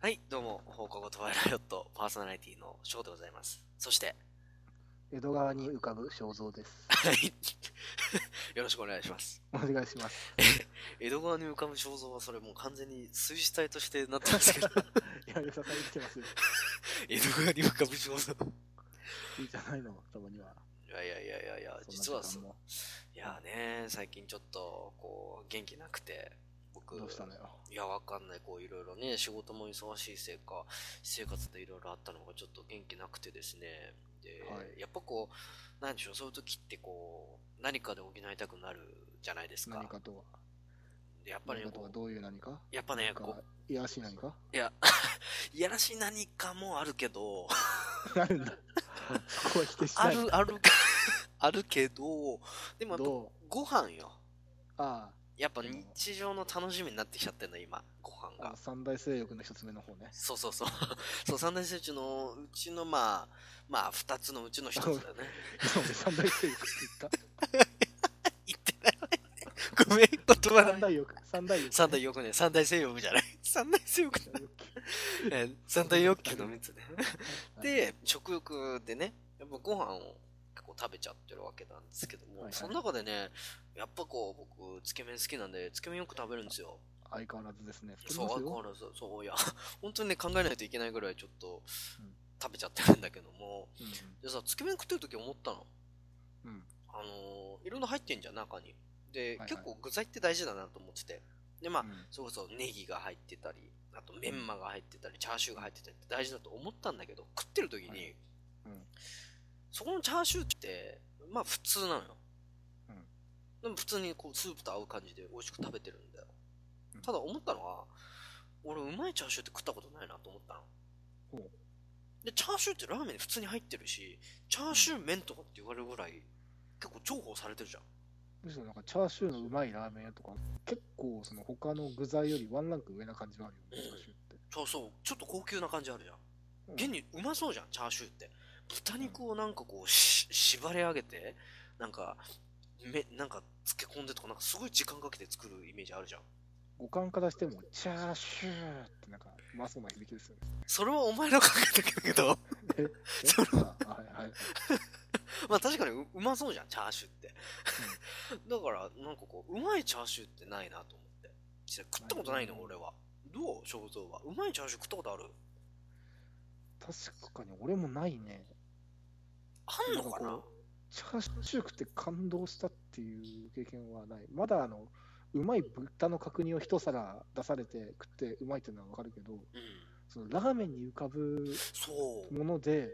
はい、どうも、放課後トワイライオットパーソナリティのショーでございます。そして、 江戸川に浮かぶ肖像です。はい、よろしくお願いします。 お願いします。江戸川に浮かぶ肖像はそれもう完全に水死体としてなってます けど、やるさかに来てますよ。江戸川に浮かぶ肖像。いいじゃないの、たまには。いやいやいやいやいや、実はそう、いやね、最近ちょっと、こう、元気なくて、僕、どうしたのよ。いや、わかんない。こう、いろいろね、仕事も忙しいせいか、私生活でいろいろあったのがちょっと元気なくてですね。で、はいやっぱこう、なんでしょう、そういう時ってこう、何かで補いたくなるじゃないですか。何かとは。でやっぱり何かとこはう、どういう何かやっぱね、何こかう、いやらしい何か いや、 いやらしい何かもあるけど、あるんだ。そこは否定しあない。る、ある、 あるけど、でもやっぱどうご飯よ。あやっぱ日常の楽しみになってきちゃってんだ、今、ご飯あ、あがの。三大性欲の一つ目の方ね。そうそう そう。そう、三大聖地のうちの、まあ、まあ、二つのうちの一つ だよね。今俺三大性欲って 言っ言ってないわね。ごめん、言た葉三ない。大欲。三大欲。三大欲ね、三大性欲 じゃない。三大性欲。三大欲え三大欲求の三つね。はい、で、食欲でね、やっぱご飯を結構食べちゃってるわけなんですけども、はいはいその中でね、やっぱこう、僕、つけ麺好きなんで、つけ麺よく食べるんですよ。相変わらずですね。太りそう、ます相よ変わらず、そう、いや、 本当にね、考えないといけないぐらいちょっとうん食べちゃってるんだけども、でさ、つけ麺食ってる時思ったの。うんうん。あのーいろんな入ってんじゃん、中に。で、はいはい結構具材って大事だなと思ってて。で、まあ、うんそれこそネギが入ってたり、あとメンマが入ってたり、チャーシューが入ってたりって大事だと思ったんだけど、食ってる時に、はいうんそこのチャーシューって、まあ普通なのよ。うんでも普通にこうスープと合う感じで美味しく食べてるんだよ。うんただ思ったのは、俺うまいチャーシューって食ったことないなと思ったの。ほうで、チャーシューってラーメンに普通に入ってるし、チャーシュー麺とかって言われるぐらい、結構重宝されてるじゃん。むしろなんかチャーシューのうまいラーメン屋とか、結構その他の具材よりワンランク上な感じはあるよね、チャーシューって。そうそう、ちょっと高級な感じあるじゃん。うん現にうまそうじゃん、チャーシューって。豚肉をなんかこう、し、縛り上げて、なんか、め、なんか漬け込んでとか、なんかすごい時間かけて作るイメージあるじゃん。五感からしても、チャーシューってなんか、うまそうな響きですよね。それはお前の考えだけど、 そえあはいはい。まあ確かにううまそうじゃん、チャーシューって。 だから、なんかこう、うまいチャーシューってないなと思って。実際食ったことないの、ないね俺は。どう肖像は。うまいチャーシュー食ったことある確かに俺もないね。あんのかななんかこチャーシュー食って感動したっていう経験はない。まだあの、うまい豚の角煮を一皿出されて食ってうまいっていうのはわかるけど、うん。そのラーメンに浮かぶそう。もので、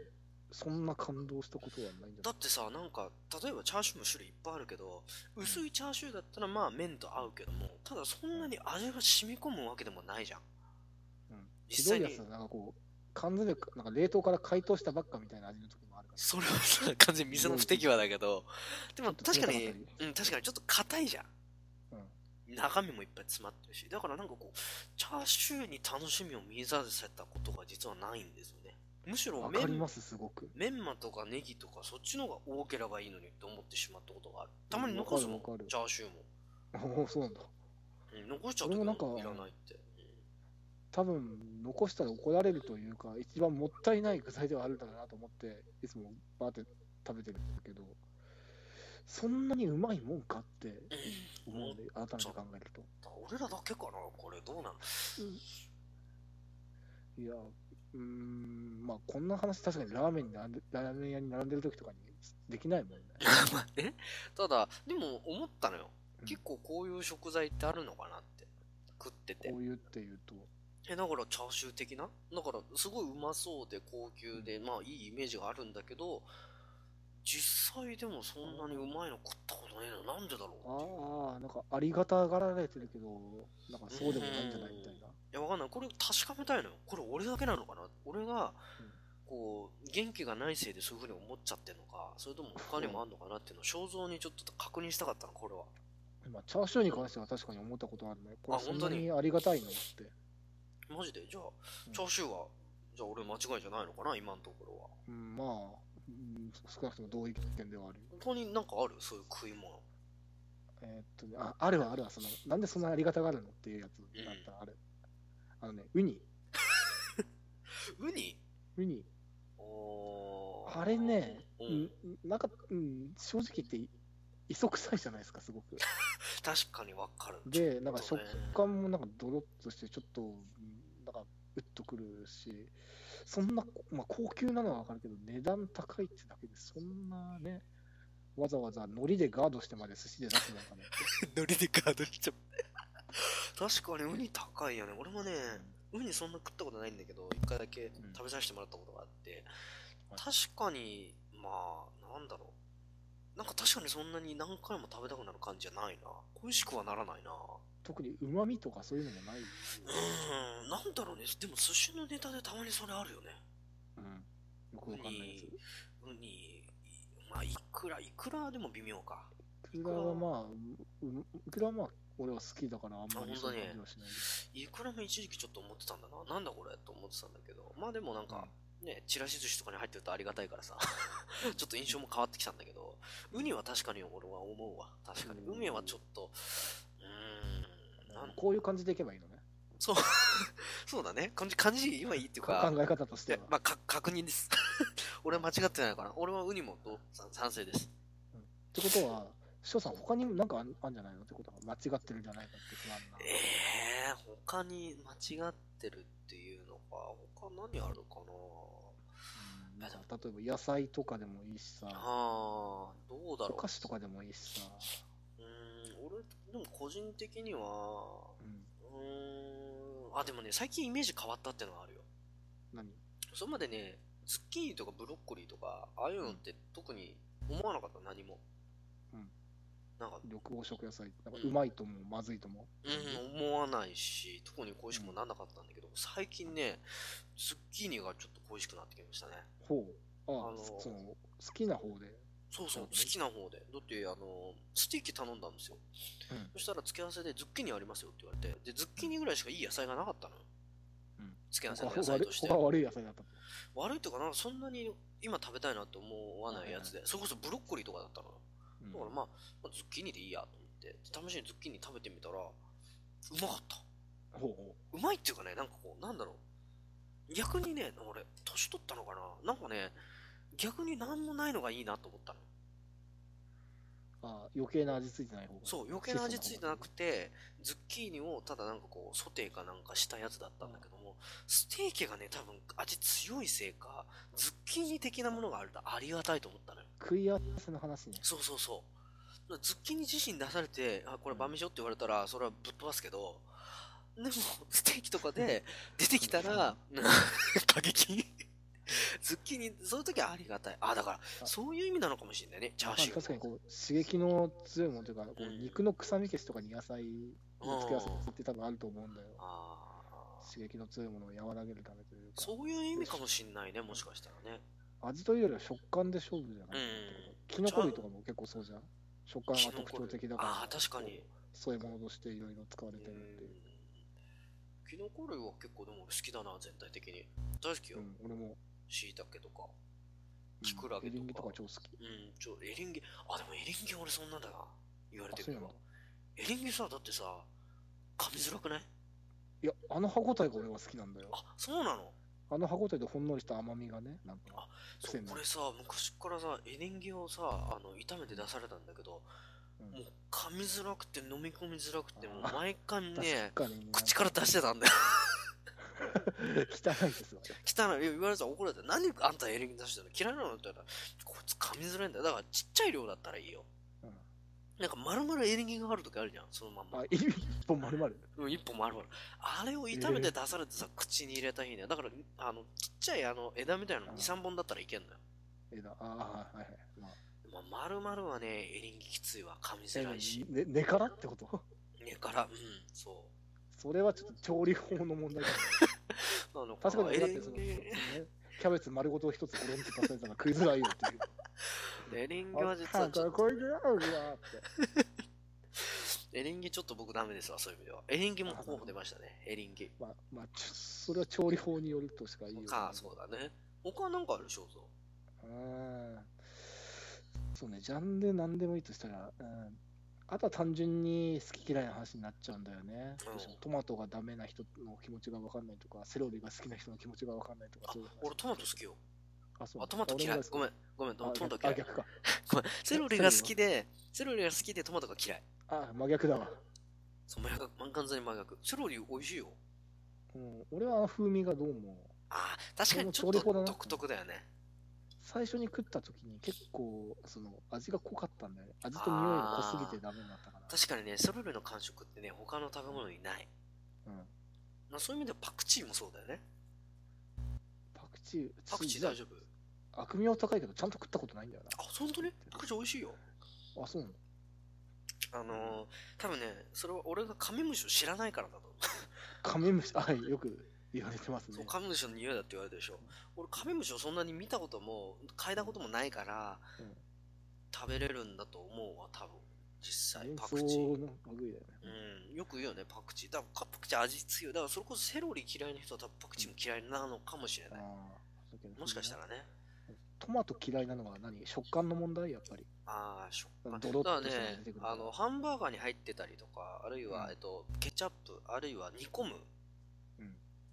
そんな感動したことはないんじゃだないってさなんか例えばチャーシューも種類いっぱいあるけど薄いチャーシューだったらまあ麺と合うけどもただそんなに味が染み込むわけでもないじゃんうんひ実際どいにやつはなんかこう、缶詰で、なんか冷凍から解凍したばっかみたいな味の時もあるから。それはさ完全に店の不手際だけどでも確かにちょっと冷たかったうん確かにちょっと硬いじゃんうん中身もいっぱい詰まってるしだからなんかこうチャーシューに楽しみを見出せたことが実はないんですよねむしろわかり麺ます、すごく。 メンマとかネギとかそっちの方が多ければいいのにって思ってしまったことがあるたまに残すもんわかるわかるチャーシューも、おお、そうなんだ。うん、残しちゃうと俺きいもならんかないって、うん多分残したら怒られるというか、一番もったいない具材ではあるんだろうなと思って、いつもバーって食べてるんだけど、そんなにうまいもんかって思うんで、改めて考えると。俺らだけかなこれど うなのいや、うーん、まあ、こんな話、確かにラーメンに並んでラーメン屋に並んでる時とかにできないもんね。まあねただでも思ったのようん結構こういう食材ってあるのかなって食っててこういうっていうと、えだからチャーシュー的なだからすごいうまそうで高級で、まあいいイメージがあるんだけど実際でもそんなにうまいの食ったことないのなんでだろうっていうああ、なんかありがたがられてるけど、なんかそうでもないんじゃないみたいな。いやわかんないこれ確かめたいのよこれ俺だけなのかな俺がうんこう元気がないせいでそういうふうに思っちゃってるのかそれとも他にもあるのかなっていうのを肖像にちょっと確認したかったのこれはまあ、チャーシューに関しては確かに思ったことあるね。こあれそんな本当ににありがたいのって。マジでじゃあ、うんチャーシューは、じゃあ俺間違いじゃないのかな今のところは。うん、まあ、うん、少なくとも同意見ではあるよ。本当になんかあるそういう食い物。えーっとね、あ、あるはあるは、その、なんでそんなありがたがあるのっていうやつがあった、ある。あのね、ウニ。ウニウニおーあれね、うんうんなんか、うん、正直言ってい磯臭いじゃないですかすごく確かにわかるでなんかちょ食っとね感もなんかドロッとしてちょっとうんなんかうっとくるしそんな、まあ、高級なのは分かるけど値段高いってだけでそんなねわざわざ海苔でガードしてまで寿司で出すのかね ノリでガードしちゃう確かにウニ高いよね俺もねウニそんな食ったことないんだけど一回だけうん食べさせてもらったことがあって、はい確かにまあなんだろうなんか確かにそんなに何回も食べたくなる感じじゃないな恋しくはならないな特にうまみとかそういうのもない、うんなんだろうねでも寿司のネタでたまにそれあるよねよくわかんないですウニまあいくらいくらでも微妙かいくらはまあうんいくらはまあ俺は好きだからあんまりあ本当そういうに感じはしないですいくらも一時期ちょっと思ってたんだななんだこれと思ってたんだけどまあでもなんか、ねちらし寿司とかに入ってるとありがたいからさ ちょっと印象も変わってきたんだけどウニは確かに俺は思うわ確かにうんウニはちょっとうーんなんこういう感じでいけばいいのねそうそうだね感じ感じ今いいっていう考かえ方としいてやは、まあか確認です 俺は間違ってないのかな俺はウニもどうさ賛成ですってことは、翔さん、他にもなんかあんあんじゃないのってことは、間違ってるんじゃないかって不安な。えー、他に間違ってるっていうのか他何あるかなうんなんか例えば野菜とかでもいいしさ、ああ、どうだおろ菓子とかでもいいしさ、う。うーん、俺、でも個人的には、うん、うーん、あ、でもね、最近イメージ変わったってのはあるよ。何それまでね、ズッキーニとかブロッコリーとか、ああいうのって特に思わなかった、何も。うん。なんか、緑黄色野菜、なんかうまいともまずいとも。うん、思わないし、特に恋しくもなんなかったんだけど、最近ね、ズッキーニがちょっと恋しくなってきましたね。ほう。ああのーその、好きな方で。そうそう、そう好ねきな方で。だって、あの、ステーキ頼んだんですよ。うんそしたら付け合わせでズッキーニありますよって言われて、で、ズッキーニぐらいしかいい野菜がなかったのよ。うん付け合わせ他のは野菜悪いとして他。は悪い野菜だった。悪いとか、なんかそんなに今食べたいなって思わないやつで、それこそブロッコリーとかだったのよ。うんだからまあ、まあズッキーニでいいやと思って、試しにズッキーニ食べてみたら、うまかった。ほうほうまいっていうかね、なんかこう、なんだろう。逆にね、俺、年取ったのかななんかね、逆になんもないのがいいなと思ったの。う。あ余計な味ついてない方が。そう余計な味ついてなくてズッキーニをただなんかこうソテーかなんかしたやつだったんだけどもステーキがね多分味強いせいかズッキーニ的なものがあるとありがたいと思ったのよ食い合わせの話ね。そうそうそうだからズッキーニ自身出されてあこれ晩飯よって言われたらそれはぶっ飛ばすけどでもステーキとかで出てきたら過激ズッキーニそういう時はありがたいあだからそういう意味なのかもしれないねチャーシューまあ確かにこう、刺激の強いものというか、こううん肉の臭み消しとかに野菜うんの付け合わせって多分あると思うんだよ。あー刺激の強いものを和らげるためというか、そういう意味かもしんないね、もしかしたらね。味というよりは食感で勝負じゃない、うんキノコ類とかも結構そうじゃん。食感キがノ特コ類徴的だから、ああ、確かに。そういうものとしていろいろ使われてるっていう。うんキノコ類は結構でも好きだな、全体的に。大好きうよ。ん、俺も、しいたけとか。うんキクラゲとかエリンギとか超好き。うん、ちょ、エリンギ。あ、でもエリンギ俺そんなんだな。言われあ、てそうみなれんばだ。。エリンギさ、だってさ、噛みづらくないいや、あの歯応えが俺は好きなんだよ。あ、そうなのあの歯応えとほんのりした甘みがね、なんか。そう癖になる俺さ、昔からさ、エリンギをさ、あの、炒めて出されたんだけど、うんもう噛みづらくて飲み込みづらくて、もうあー毎回ね確、かにね、口から出してたんだよ 汚いですわ。汚い言われたら怒られた何あんたエリンギ出してるの嫌いなのって言ったらこいつ噛みづらいんだよだからちっちゃい量だったらいいようんなんか丸々エリンギがある時あるじゃんそのまんまあ、一本丸々。うん一本もあるわあれを炒めて出されてさ、口に入れた日ねだからあのちっちゃいあの枝みたいなのあ23本だったらいけんのよ枝。ああー、はいはい。まあまあ、丸々はねエリンギきついわ噛みづらいしね、根からってこと 根からうんそそれはちょっと調理法の問題だねうなのか確かにだエっリてそンの、ギね、キャベツ丸ごと一つゴロンって出されたら食いづらいよっていう。 エリンギは実あはちょかっこいといなうわーって。エリンギちょっと僕ダメですわそういう意味ではエリンギも候補出ましたねエリンギまあ、まあ、ちょそれは調理法によるとしか言いようがかな、い。そうだね。他はなんかある、肖像。うんそうね、ジャンル何でもいいとしたら、うん、あとは単純に好き嫌いの話になっちゃうんだよねうん。どうしてもトマトがダメな人の気持ちが分かんないとか、セロリが好きな人の気持ちが分かんないとか、そういう話俺トマト好きよあ、そうあトマト嫌いごめん。んごめんトあマトあ嫌い逆か。ごめんセロリが好きでセロリが好きでトマトが嫌いあ、真逆だわ。そう真逆満完全に真逆セロリ美味しいようん、俺はあの風味がどうも、あー確かにちょっ俺も調理法だとな独特だよね最初に食った時に結構、その味が濃かったんだよね。味と匂いが濃すぎてダメになったから。確かにねセロリの感触ってね他の食べ物にない、うん、まあ、そういう意味ではパクチーもそうだよねパクチー、パクチー大丈夫夫悪名高いけど、ちゃんと食ったことないんだよあ本当にパクチー美味しいよな。あ、そうなのあのー、多分ねそれは俺がカメムシを知らないからだと思うカメムシ、はい、よく言われてますそうね。カメムシの匂いだって言われてるでしょ俺カメムシをそんなに見たことも嗅いだこともないから、うん食べれるんだと思うわ多分実際連パクチー想の類だよね。うん、よく言うよねパクチーだからパクチー味強いだからそれこそセロリ嫌いな人は多分パクチーも嫌いなのかもしれない、あーだけどもしかしたらねトマト嫌いなのは何食感の問題やっぱり。ああ食感ドロッだからとしたのがね出てくるからあのハンバーガーに入ってたりとかあるいは、うんえっと、ケチャップあるいは煮込む、うんっ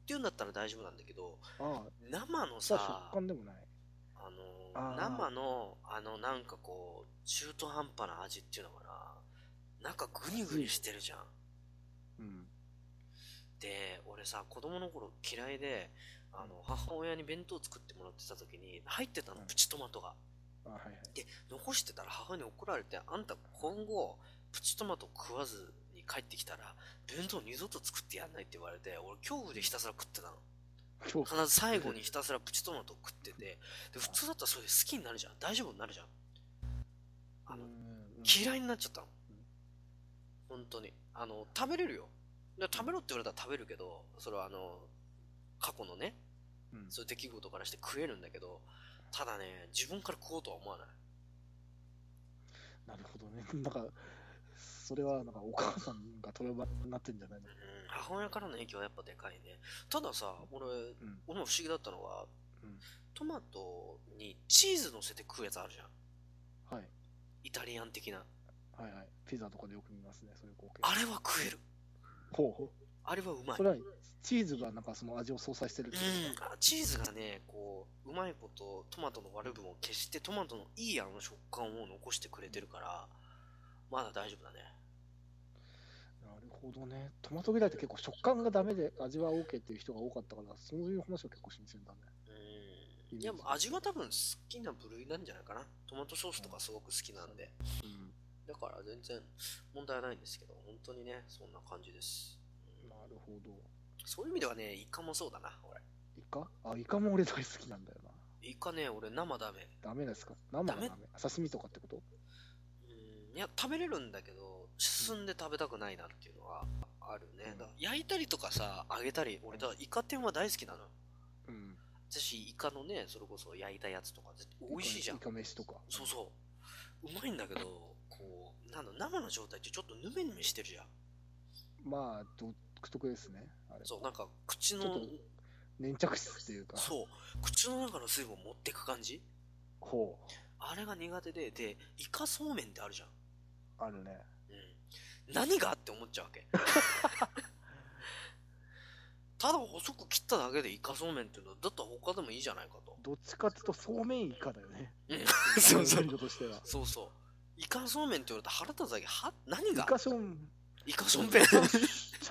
ていうんだったら大丈夫なんだけどああ、生のささ食感でもない。あのあー生のあのなんかこう中途半端な味っていうのかななんかグニグニしてるじゃんうん。で俺さ子供の頃嫌いであの母親に弁当作ってもらってた時に入ってたのうんプチトマトがあはいはい。で残してたら母に怒られてあんた今後プチトマト食わずに帰ってきたら弁当二度と作ってやんないって言われて俺恐怖でひたすら食ってたの今日必ず最後にひたすらプチトマト食っててで普通だったらそれ好きになるじゃん大丈夫になるじゃんあの嫌いになっちゃったのうん本当にあの食べれるよで食べろって言われたら食べるけどそれはあの過去のねうんそういう出来事からして食えるんだけどただね自分から食おうとは思わないなるほどね。 なんか、それはなんかお母さんがトラウマになってんじゃないのうん母親からの影響はやっぱでかいねたださ俺うん。俺も不思議だったのは、うんトマトにチーズ乗せて食うやつあるじゃんはい。イタリアン的なはいはい。ピザとかでよく見ますね、そういう光景。あれは食えるほうほう。あれはうまいそれはチーズがなんかその味を相殺してるってことですかうん、あチーズがねこううまいことトマトの悪い部分を消してトマトのいいあの食感を残してくれてるからまだ大丈夫だねなるほどね。トマト嫌いって結構食感がダメで味は OK っていう人が多かったから、そういう話は結構新鮮だね。うんいやもう味は多分好きな部類なんじゃないかなトマトソースとかすごく好きなんでうん。だから全然問題ないんですけど本当にねそんな感じですなるほど。そういう意味ではねイカもそうだな俺イカあ、イカも俺大好きなんだよな。イカね俺生ダメダメですか生がダメダメ刺身とかってことうんいや食べれるんだけど進んで食べたくないなっていうのはあるね、うんだから焼いたりとかさ揚げたり俺だからイカ天は大好きなのうん。私イカのねそれこそ焼いたやつとか絶対美味しいじゃんイカ飯とか。そうそううまいんだけどこうなんだ生の状態ってちょっとヌメヌメしてるじゃんまあ、独特ですね。あれ。そうなんか口ちょのっ粘着質っていうか。そう口の中の水分を持ってく感じほあれが苦手ででイカそうめんってあるじゃん、う。あるね。うん、何がって思っちゃうわ けただ細く切っただけでイカそうめんっていうのはだったら他でもいいじゃないかとどっちかっていうと、そうめんイカだよね。 うん そうそうイカとしては。そうそうイカそうめんって言われたら腹立つだけは何イがカション、イカ そうめんチャ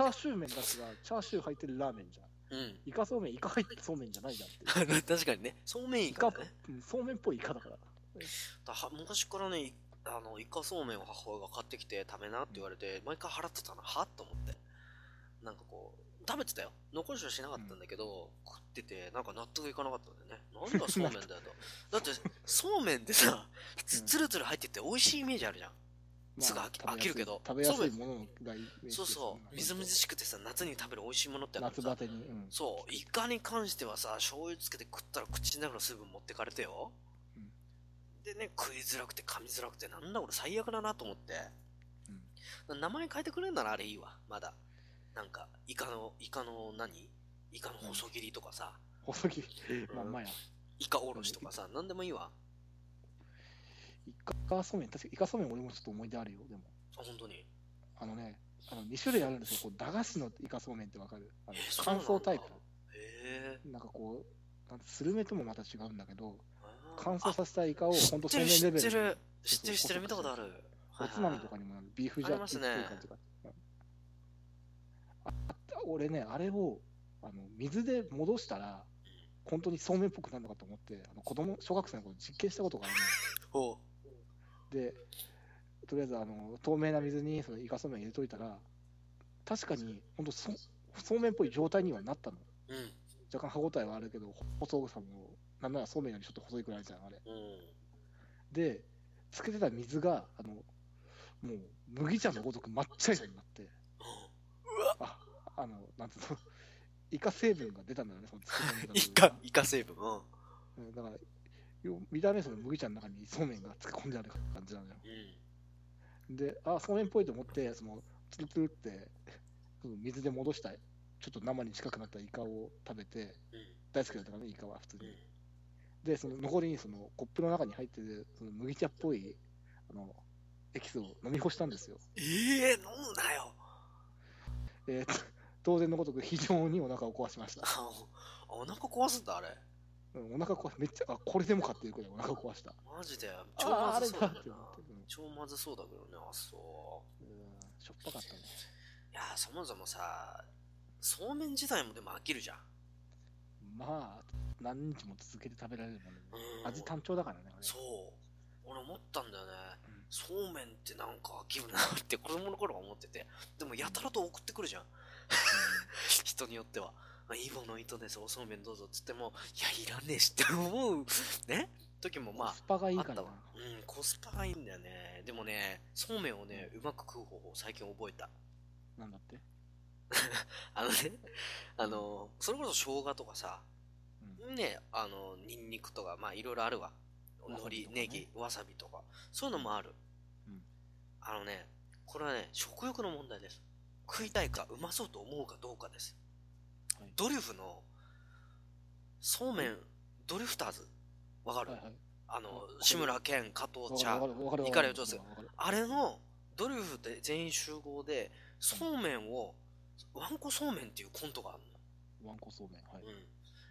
ーシュー麺だから、チャーシュー入ってるラーメンじゃん。うんイカそうめん、イカ入ってそうめんじゃないじゃんっていう。確かにねそうめんイイカカだねうんそうめんっぽいイカだから。だは昔からねいあのイカそうめんを母親が買ってきて食べなって言われて毎回払ってたなはと思ってなんかこう食べてたよ残しはしなかったんだけど、食っててなんか納得いかなかったんだよねなんだそうめんだよ とだってそうめんってさつうんつるつる入ってて美味しいイメージあるじゃん、すぐ飽き食べやすい飽きるけど食べやすいものがいいですそうそうみずみずしくてさ夏に食べる美味しいものってある夏からバさテに。うんそうイカに関してはさ醤油つけて食ったら口の中の水分持ってかれてよ、うんでね食いづらくて噛みづらくてなんだ俺最悪だなと思って、名前変えてくれんならあれいいわまだなんかイカのイカの何イカの細切りとかさ、細切りまんまや。イカおろしとかさ何でもいいわイカそうめん、確かイカそうめん俺もちょっと思い出あるよ、でも。あ、本当に。あのね、あの2種類あるんですよ、こう駄菓子のイカそうめんってわかるあのえそうな乾んだ燥タイへえ。プ、なんかこう、なんてスルメともまた違うんだけど、あー乾燥させたイカあをほんとそうめんレベ知ってルるで、知ってる知ってる知ってる見たことある。おつまみとかに。にもなる、ビーフジあャーキーりっますていねう感じが。うんあ俺ね、あれをあの水で戻したら、本当にそうめんっぽくなるのかと思って、あの子供小学生の頃実験したことがあるの。おうでとりあえずあの透明な水にそのイカそうめん入れといたら確かに本当そそうめんっぽい状態にはなったのうん。若干歯応えはあるけど細さもなんならそうめんよりちょっと細いくらいじゃんあれうん。でつけてた水があのもう麦茶のごとく抹茶色になってああのなんつうの イカ成分が出たんだよねそのつけた水だと イカ、イカ成分。うん。うんだからよ見た目その麦茶の中にそうめんがつけ込んである感じなのようん。で、あ、そうめんっぽいと思って、その、つるつるって、うん水で戻した、ちょっと生に近くなったイカを食べて、うん。大好きだったからね、イカは普通うにん。。で、その残りにそのコップの中に入ってる、その麦茶っぽい、あの、エキスを飲み干したんですよ。ええ、飲むなよ。えーと当然のごとく非常にお腹を壊しました。あおお腹壊すんだ、あれ。うんお腹壊めっちゃ、あ、これでもかっていうくらいお腹を壊した。マジで。超あーまあずれそうだだってけど思なっ。て、うん超まずそうだけどね、あ、そう。うんしょっぱかったね。いやーそもそもさそうめん自体もでも飽きるじゃんまあ、何日も続けて食べられるもんねうん味単調だからね、あれそう俺思ったんだよね、うんそうめんってなんか飽きるなって子供の頃は思っててでもやたらと送ってくるじゃん人によってはあいいものいいとですおそうめんどうぞっつってもいやいらねえしって思うね時もまコあスパがいいあっからたなわ。うんコスパがいいんだよねでもねそうめんをねうまく食う方法最近覚えたなんだって。あのねあのそれこそ生姜とかさうんねあのニンニクとかまあいろいろあるわわさび海苔とかねネギわさびとかそういうのもある、うんあのねこれはね食欲の問題です食いたいかうまそうと思うかどうかです、はいドリュフのそうめんドリュフターズわかる、はいはい。あのわかる志村けん加藤わ茶かるわかるわかるわかる。イカレをどうするわかるあれのドリュフで全員集合でそうめんをわんこそうめんっていうコントがあるのわんこそうめん。はうい。ん、で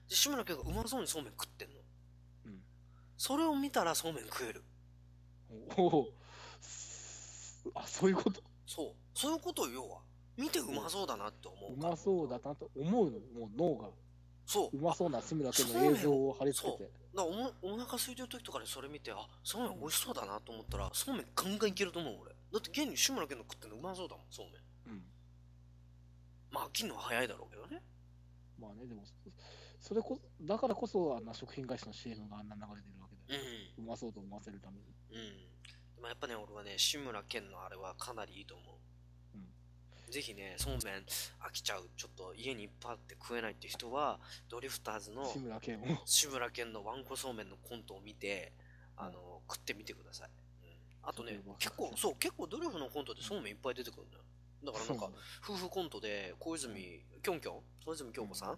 志村けんがうまそうにそうめん食ってんの、うんそれを見たらそうめん食えるおお。すあ、そういうこと。そうそういうことを要は見てうまそうだなって思ううまそうだなと思うの。もう脳が。そううまそうな志村けんそうめんの映像を貼り付けて。だからおお腹空いてる時とかにそれ見てあそうめん美味しそうだなと思ったらそうめんガンガンいけると思う俺だって現に志村けんの食ってんのうまそうだもんそうめんうん。まあ飽きるのは早いだろうけどねまあね、でも、そそれこそ、だからこそ、あんな食品会社の CM があんな流れてるわけうだよ。んうまそうと思わせるために。うんまあやっぱね俺はね志村けんのあれはかなりいいと思う、うんぜひねそうめん飽きちゃうちょっと家にいっぱいあって食えないって人はドリフターズの志村けんを。志村けんのわんこそうめんのコントを見てあの食ってみてください、うんあとねそうか結構そう結構ドリフのコントでそうめんいっぱい出てくるんだよだからなんか夫婦コントで小泉きょんきょん小泉京子さん、うん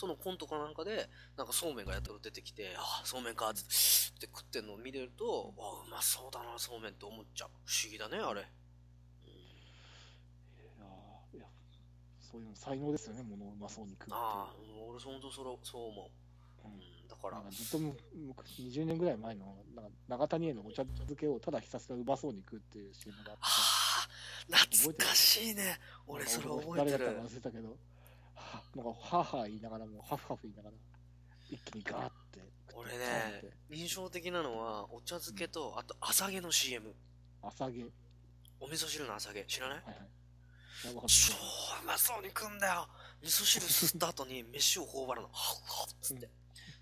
とのコントかなんかでなんかそうめんがやたら出てきて「ああそうめんか」っつって食ってんのを見れると「わあうまそうだなそうめん」って思っちゃう不思議だねあれ、うんいやーいやそういうの才能ですよね、ものをうまそうに食うっていう。ああうん俺本当それそう思うう、うんん、だかならんかずっとむむ20年ぐらい前のなんか長谷へのお茶漬けをただひたすらうまそうに食うっていう CM があってああ懐かしいね俺それ覚えて誰だったるか忘れたけどはなんかはあはあ言いながらもハフハフ言いながら一気にガーって食って俺ね印象的なのはお茶漬けとあと朝毛の CM 朝毛はいお味噌汁の朝毛知らないはいやばかっ超たうまそうに食うんだよ味噌汁すすった後に飯を頬張るのハッハッつって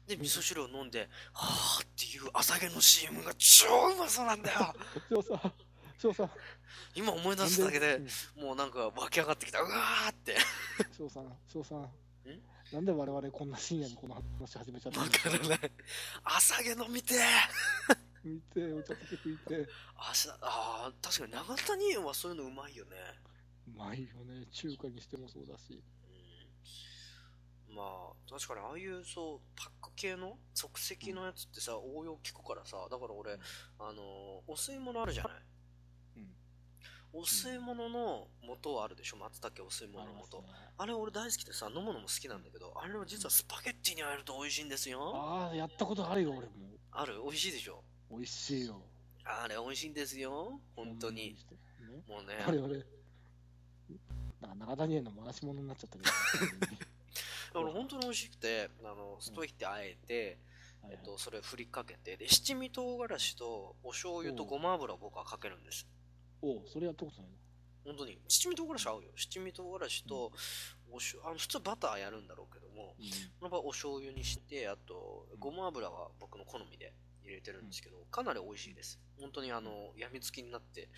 で味噌汁を飲んではあっていう朝毛の CM が超うまそうなんだよ翔さん翔さん今思い出すだけでもうなんか湧き上がってきたうわーって翔さん翔さんなんで我々こんな深夜にこの話始めちゃったわのからない朝毛飲みてー見てお茶漬け食いてうあさあー確かに長谷園はそういうのうまいよねまいよね中華にしてもそうだしうんまあ確かにああいうそうパック系の即席のやつってさ、応用効くからさだから俺あのーお吸い物あるじゃない、うんお吸い物の元あるでしょ松茸お吸いあ物りのます元ねあ,、れ俺大好きでさ飲むのも好きなんだけどあれは実はスパゲッティにあえると美味しいんですよああ、やったことあるよ、俺も。ある美味しいでしょ美味しいよ。あれ美味しいんですよ本当に。ね、もうあれ、ね俺。なんか中谷への回し物になっちゃったけど。俺本当に美味しくてあのスパゲッティあえて、はいは えいっと、それ振りかけてで七味唐辛子とお醤油とごま油を僕はかけるんですおうそれやったことないな本当に七味唐辛子合うよ七味唐辛子とおしょあの普通バターやるんだろうけどもうこの場合お醤油にしてあとごま油は僕の好みで入れてるんですけどかなり美味しいです本当にあのやみつきになって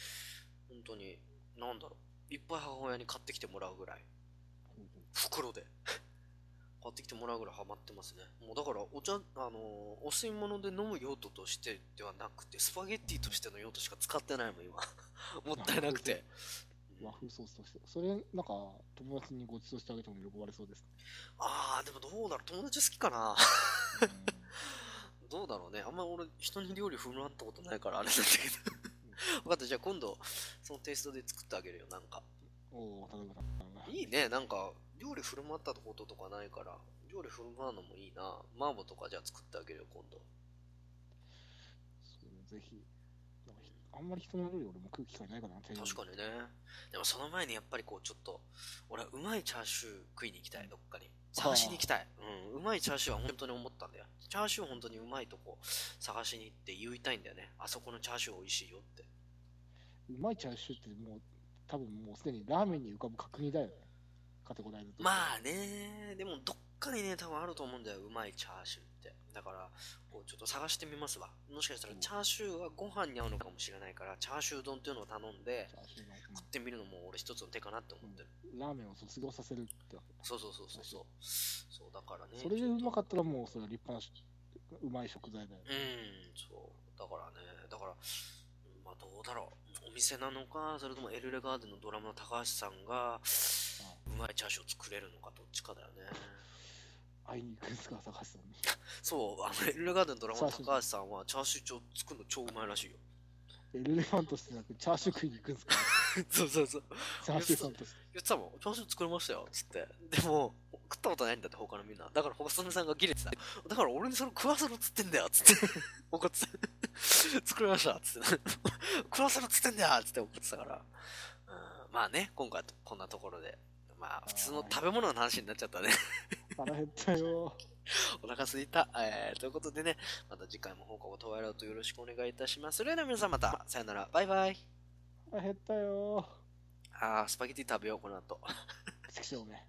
本当になんだろういっぱい母親に買ってきてもらうぐらいん袋で 買ってきてもらうぐらいハマってますねもうだからお茶あのお吸い物で飲む用途としてではなくてスパゲッティとしての用途しか使ってないもん今 もったいなくて和風ソースとして。それ、なんか、友達にご馳走してあげても喜ばれそうで すね。ああでもどうだろう友達好きかなうどうだろうねあんま俺人に料理振る舞ったことないからあれなんだけど分かったじゃあ今度そのテイストで作ってあげるよなんかおお、田中さん。いいねなんか料理振る舞ったこととかないから料理振る舞うのもいいな麻婆とかじゃあ作ってあげるよ今度そうねぜひ。なんかひあんまり人の料理俺も食う機会ないかな、確確かにねでもその前にやっぱりこうちょっと俺はうまいチャーシュー食いに行きたいどっかに探しに行きたい、うん、うまいチャーシューは本当に思ったんだよチャーシュー本当にうまいとこ探しに行って言いたいんだよねあそこのチャーシュー美味しいよってうまいチャーシューってもう多分もうすでにラーメンに浮かぶ角煮だよねカテゴライズとしてまあねでもどっかにね多分あると思うんだようまいチャーシューってだからこうちょっと探してみますわもしかしたらチャーシューはご飯に合うのかもしれないからチャーシュー丼っていうのを頼んでチャーシューの食ってみるのも俺一つの手かなって思ってる、うんラーメンを卒業させるってわけそうそうそうそうそうそうだからねそれでうまたかったらもうそれは立派なしうまい食材だよねうん、そう。だからね、だから、まあどうだろう。お店なのか、それともエルレガーデンのドラムの高橋さんが、うまいチャーシューを作れるのか、どっちかだよね。会いに行くんですか高橋さんにそう、あの、エルレガーデンのドラムの高橋さんは、チャーシュー超作るの超うまいらしいよ。エルレガンとしてなくチャーシュー食いに行くんですか そうそうそう。チャーシューさんとして言ってたもん、チャーシュー作れましたよ、つって。でも、食ったことないんだって、他のみんな。だから、細野さんがギレてた。だから、俺にそれ食わせろっつってんだよ、つ って。怒ってた。作りました、つって。 食わせろっつってんだよ、つって怒ってたから。うんまあね、今回はこんなところで。まあ、普通の食べ物の話になっちゃったね。 腹減ったよお腹すいた。えー、ということでね、また次回も放課後トワイライトよろしくお願いいたします。それでは皆さんまた、さよなら、バイバイ。腹減ったよあー、スパゲティ食べよう、この後。 チクショーめ